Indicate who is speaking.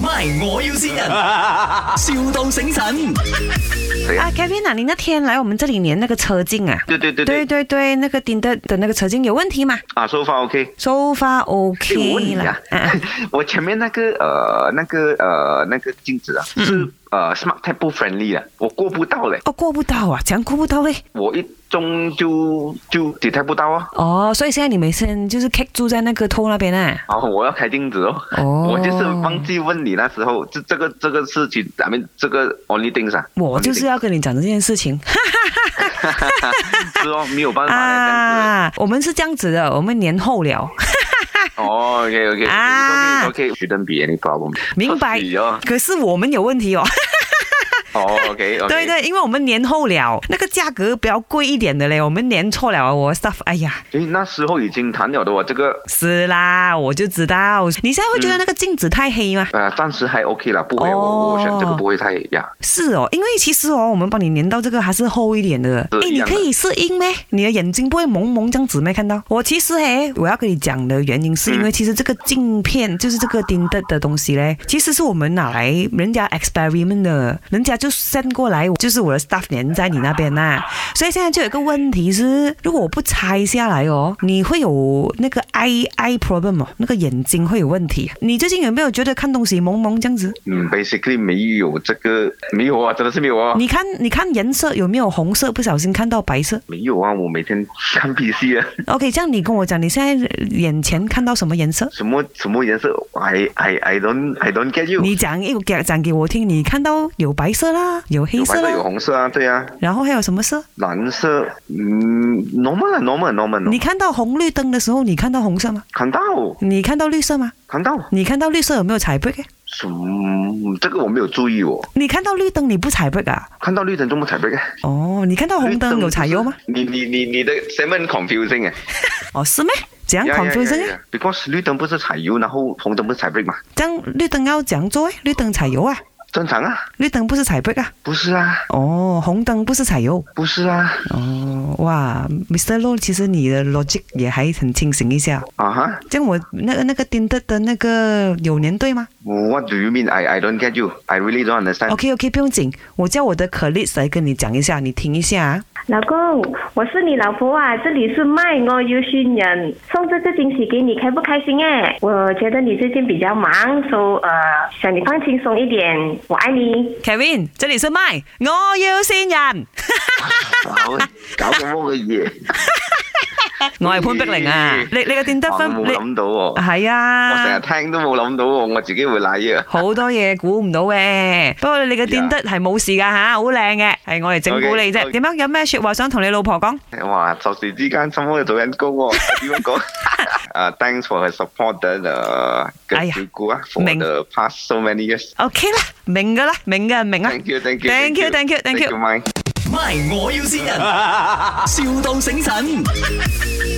Speaker 1: My，我要先人，, 笑到醒神。
Speaker 2: 啊，Kevin 啊，你那天来我们这里连那个车镜啊，
Speaker 3: 对对对
Speaker 2: 对
Speaker 3: 对
Speaker 2: 对对，那个顶的的那个车镜有问题吗
Speaker 3: 啊，收发 OK。
Speaker 2: ？So far
Speaker 3: 哎我问
Speaker 2: OK
Speaker 3: 你
Speaker 2: 啦
Speaker 3: 啊，
Speaker 2: 啊啊，
Speaker 3: 我前面那个呃那个呃那个镜子啊，
Speaker 2: 嗯
Speaker 3: 是呃 smart 太不 friendly 了，我过不到嘞，
Speaker 2: 哦过不到啊，怎样过不到嘞？
Speaker 3: 我一中就就 detect 不到啊。
Speaker 2: 哦，所以现在你每次就是 k 住在那个头那边啊。
Speaker 3: 然后我要开镜子哦，
Speaker 2: 哦
Speaker 3: 我就是忘记问你那时候这这个这个事情，咱们这个 only things 啊，
Speaker 2: 我就是
Speaker 3: only
Speaker 2: 要跟你讲这件事情
Speaker 3: things 是哦，没有办法了
Speaker 2: 啊！我们是这样子的，我们年后了，
Speaker 3: 这样子。哦，OK OK，
Speaker 2: 啊
Speaker 3: OK，shouldn't be any problem，
Speaker 2: 明白
Speaker 3: 不是哦？
Speaker 2: 可是我们有问题哦。
Speaker 3: 哦，OK OK，
Speaker 2: 对对，因为我们年后了，那个价格比较贵一点的嘞，我们年错了啊，我 stuff，哎呀，
Speaker 3: 对，那时候已经谈了的哦，这个
Speaker 2: 是啦，我就知道。你现在会觉得那个镜子太黑吗？
Speaker 3: 呃，暂时还 OK 了，不会，我我想这个不会太呀。
Speaker 2: 是哦，因为其实哦，我们帮你粘到这个还是厚一点的。
Speaker 3: 是
Speaker 2: 诶，
Speaker 3: 一
Speaker 2: 你
Speaker 3: 样的
Speaker 2: 可以适应咩？你的眼睛不会蒙蒙这样子没看到？我其实诶，我要跟你讲的原因是因为其实这个镜片就是这个钉的的东西嘞，其实是我们拿来人家 experiment 的，人家就 send 过来，就是我的 staff 粘在你那边呐、所以现在就有一个问题是，如果我不拆下来哦，你会有那个 eye eye problem 哦，那个眼睛会有问题。你最近有没有觉得看东西蒙蒙这样子？
Speaker 3: 嗯，basically 没有这个，没有啊，真的是没有啊，
Speaker 2: 你看，你看颜色有没有红色？不小心看到白色。
Speaker 3: 没有啊，我每天看 PC 啊，
Speaker 2: OK，这样你跟我讲，你现在眼前看到什么颜色？
Speaker 3: 什么什么颜色，I I I don't I don't get you，
Speaker 2: 你讲一讲讲给我听，你看到有白色啦，有黑
Speaker 3: 有
Speaker 2: 色
Speaker 3: 白色有
Speaker 2: 啦，
Speaker 3: 红色啊，对啊，
Speaker 2: 然后还有什么色？
Speaker 3: 蓝色，嗯，normal 啊 normal normal，,
Speaker 2: 你
Speaker 3: normal
Speaker 2: 看到红绿灯的时候，你看到红色吗？
Speaker 3: 看到
Speaker 2: 你看到绿色吗？
Speaker 3: 看到，
Speaker 2: 你看到绿色有没有踩 brake？
Speaker 3: 什么这个我没有注意哦，
Speaker 2: 你看到绿灯你不踩 brake 啊？
Speaker 3: 看到绿灯怎么踩这个？
Speaker 2: 哦，你看到红灯有踩油吗？？
Speaker 3: 你你你你的 seven confusing 哎。
Speaker 2: 哦，是咩？啊怎样
Speaker 3: Yeah, yeah,
Speaker 2: confusing？
Speaker 3: yeah,
Speaker 2: 呢
Speaker 3: yeah. Because 绿灯不是踩油，然后红灯不是踩 brake 嘛，
Speaker 2: 这样绿灯要怎样做诶？绿灯踩油啊？
Speaker 3: 正常啊，
Speaker 2: 绿灯不是踩 brake 啊？
Speaker 3: 不是啊，
Speaker 2: 哦，红灯不是踩油。
Speaker 3: 不是啊，
Speaker 2: 哦，哇，Mr. Low，其实你的 logic 也还很清醒一下。
Speaker 3: 啊哈、
Speaker 2: 这样我那个那个丁的的那个有年对吗
Speaker 3: What do you mean? I I don't get you. I really don't understand.
Speaker 2: ？OK OK，不用紧，我叫我的 colleagues 来跟你讲一下，你听一下啊。
Speaker 4: 老公，我是你老婆啊，这里是卖我有新人，送这个惊喜给你，开不开心哎？我觉得你最近比较忙，所、以呃，想你放轻松一点，我爱你。
Speaker 2: Kevin，这里是麦，我要先人，
Speaker 3: 搞搞咁多嘅嘢，
Speaker 2: 我係潘碧玲啊。你你個丁得
Speaker 3: 我
Speaker 2: 分，
Speaker 3: 冇
Speaker 2: 你
Speaker 3: 諗到喎、
Speaker 2: 係
Speaker 3: 我成日
Speaker 2: 啊，
Speaker 3: 聽都冇諗到喎、我自己會賴嘢。
Speaker 2: 好多嘢估唔到嘅。不過你個丁得係冇事㗎吓，好靚嘅，係我嚟整蠱你啫。
Speaker 3: OK，OK
Speaker 2: 點樣？有咩説話想同你老婆講？
Speaker 3: 哇！霎時之間，心開做緊工喎、點樣 講？啊、t h a n k s À, for her support and 誒
Speaker 2: 哎
Speaker 3: 嘅
Speaker 2: 呀
Speaker 3: 照顧啊，for
Speaker 2: 明
Speaker 3: the past so many years.
Speaker 2: OK 啦，明㗎啦，明㗎，明啊。
Speaker 3: Thank you, thank you,
Speaker 2: Thank you, thank you, thank you.
Speaker 3: Mike.
Speaker 1: My，我要先人，,笑到醒神。